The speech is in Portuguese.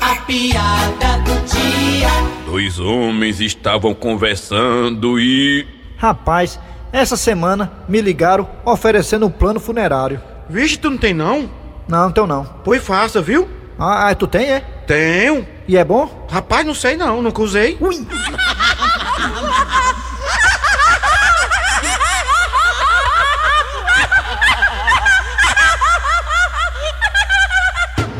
A piada do dia. Dois homens estavam conversando e. Rapaz, essa semana me ligaram oferecendo um plano funerário. Vixe, tu não tem não? Não, então não. Pois faça, viu? Ah, ah, tu tem, é? Tenho. E é bom? Rapaz, não sei não, nunca usei. Ui!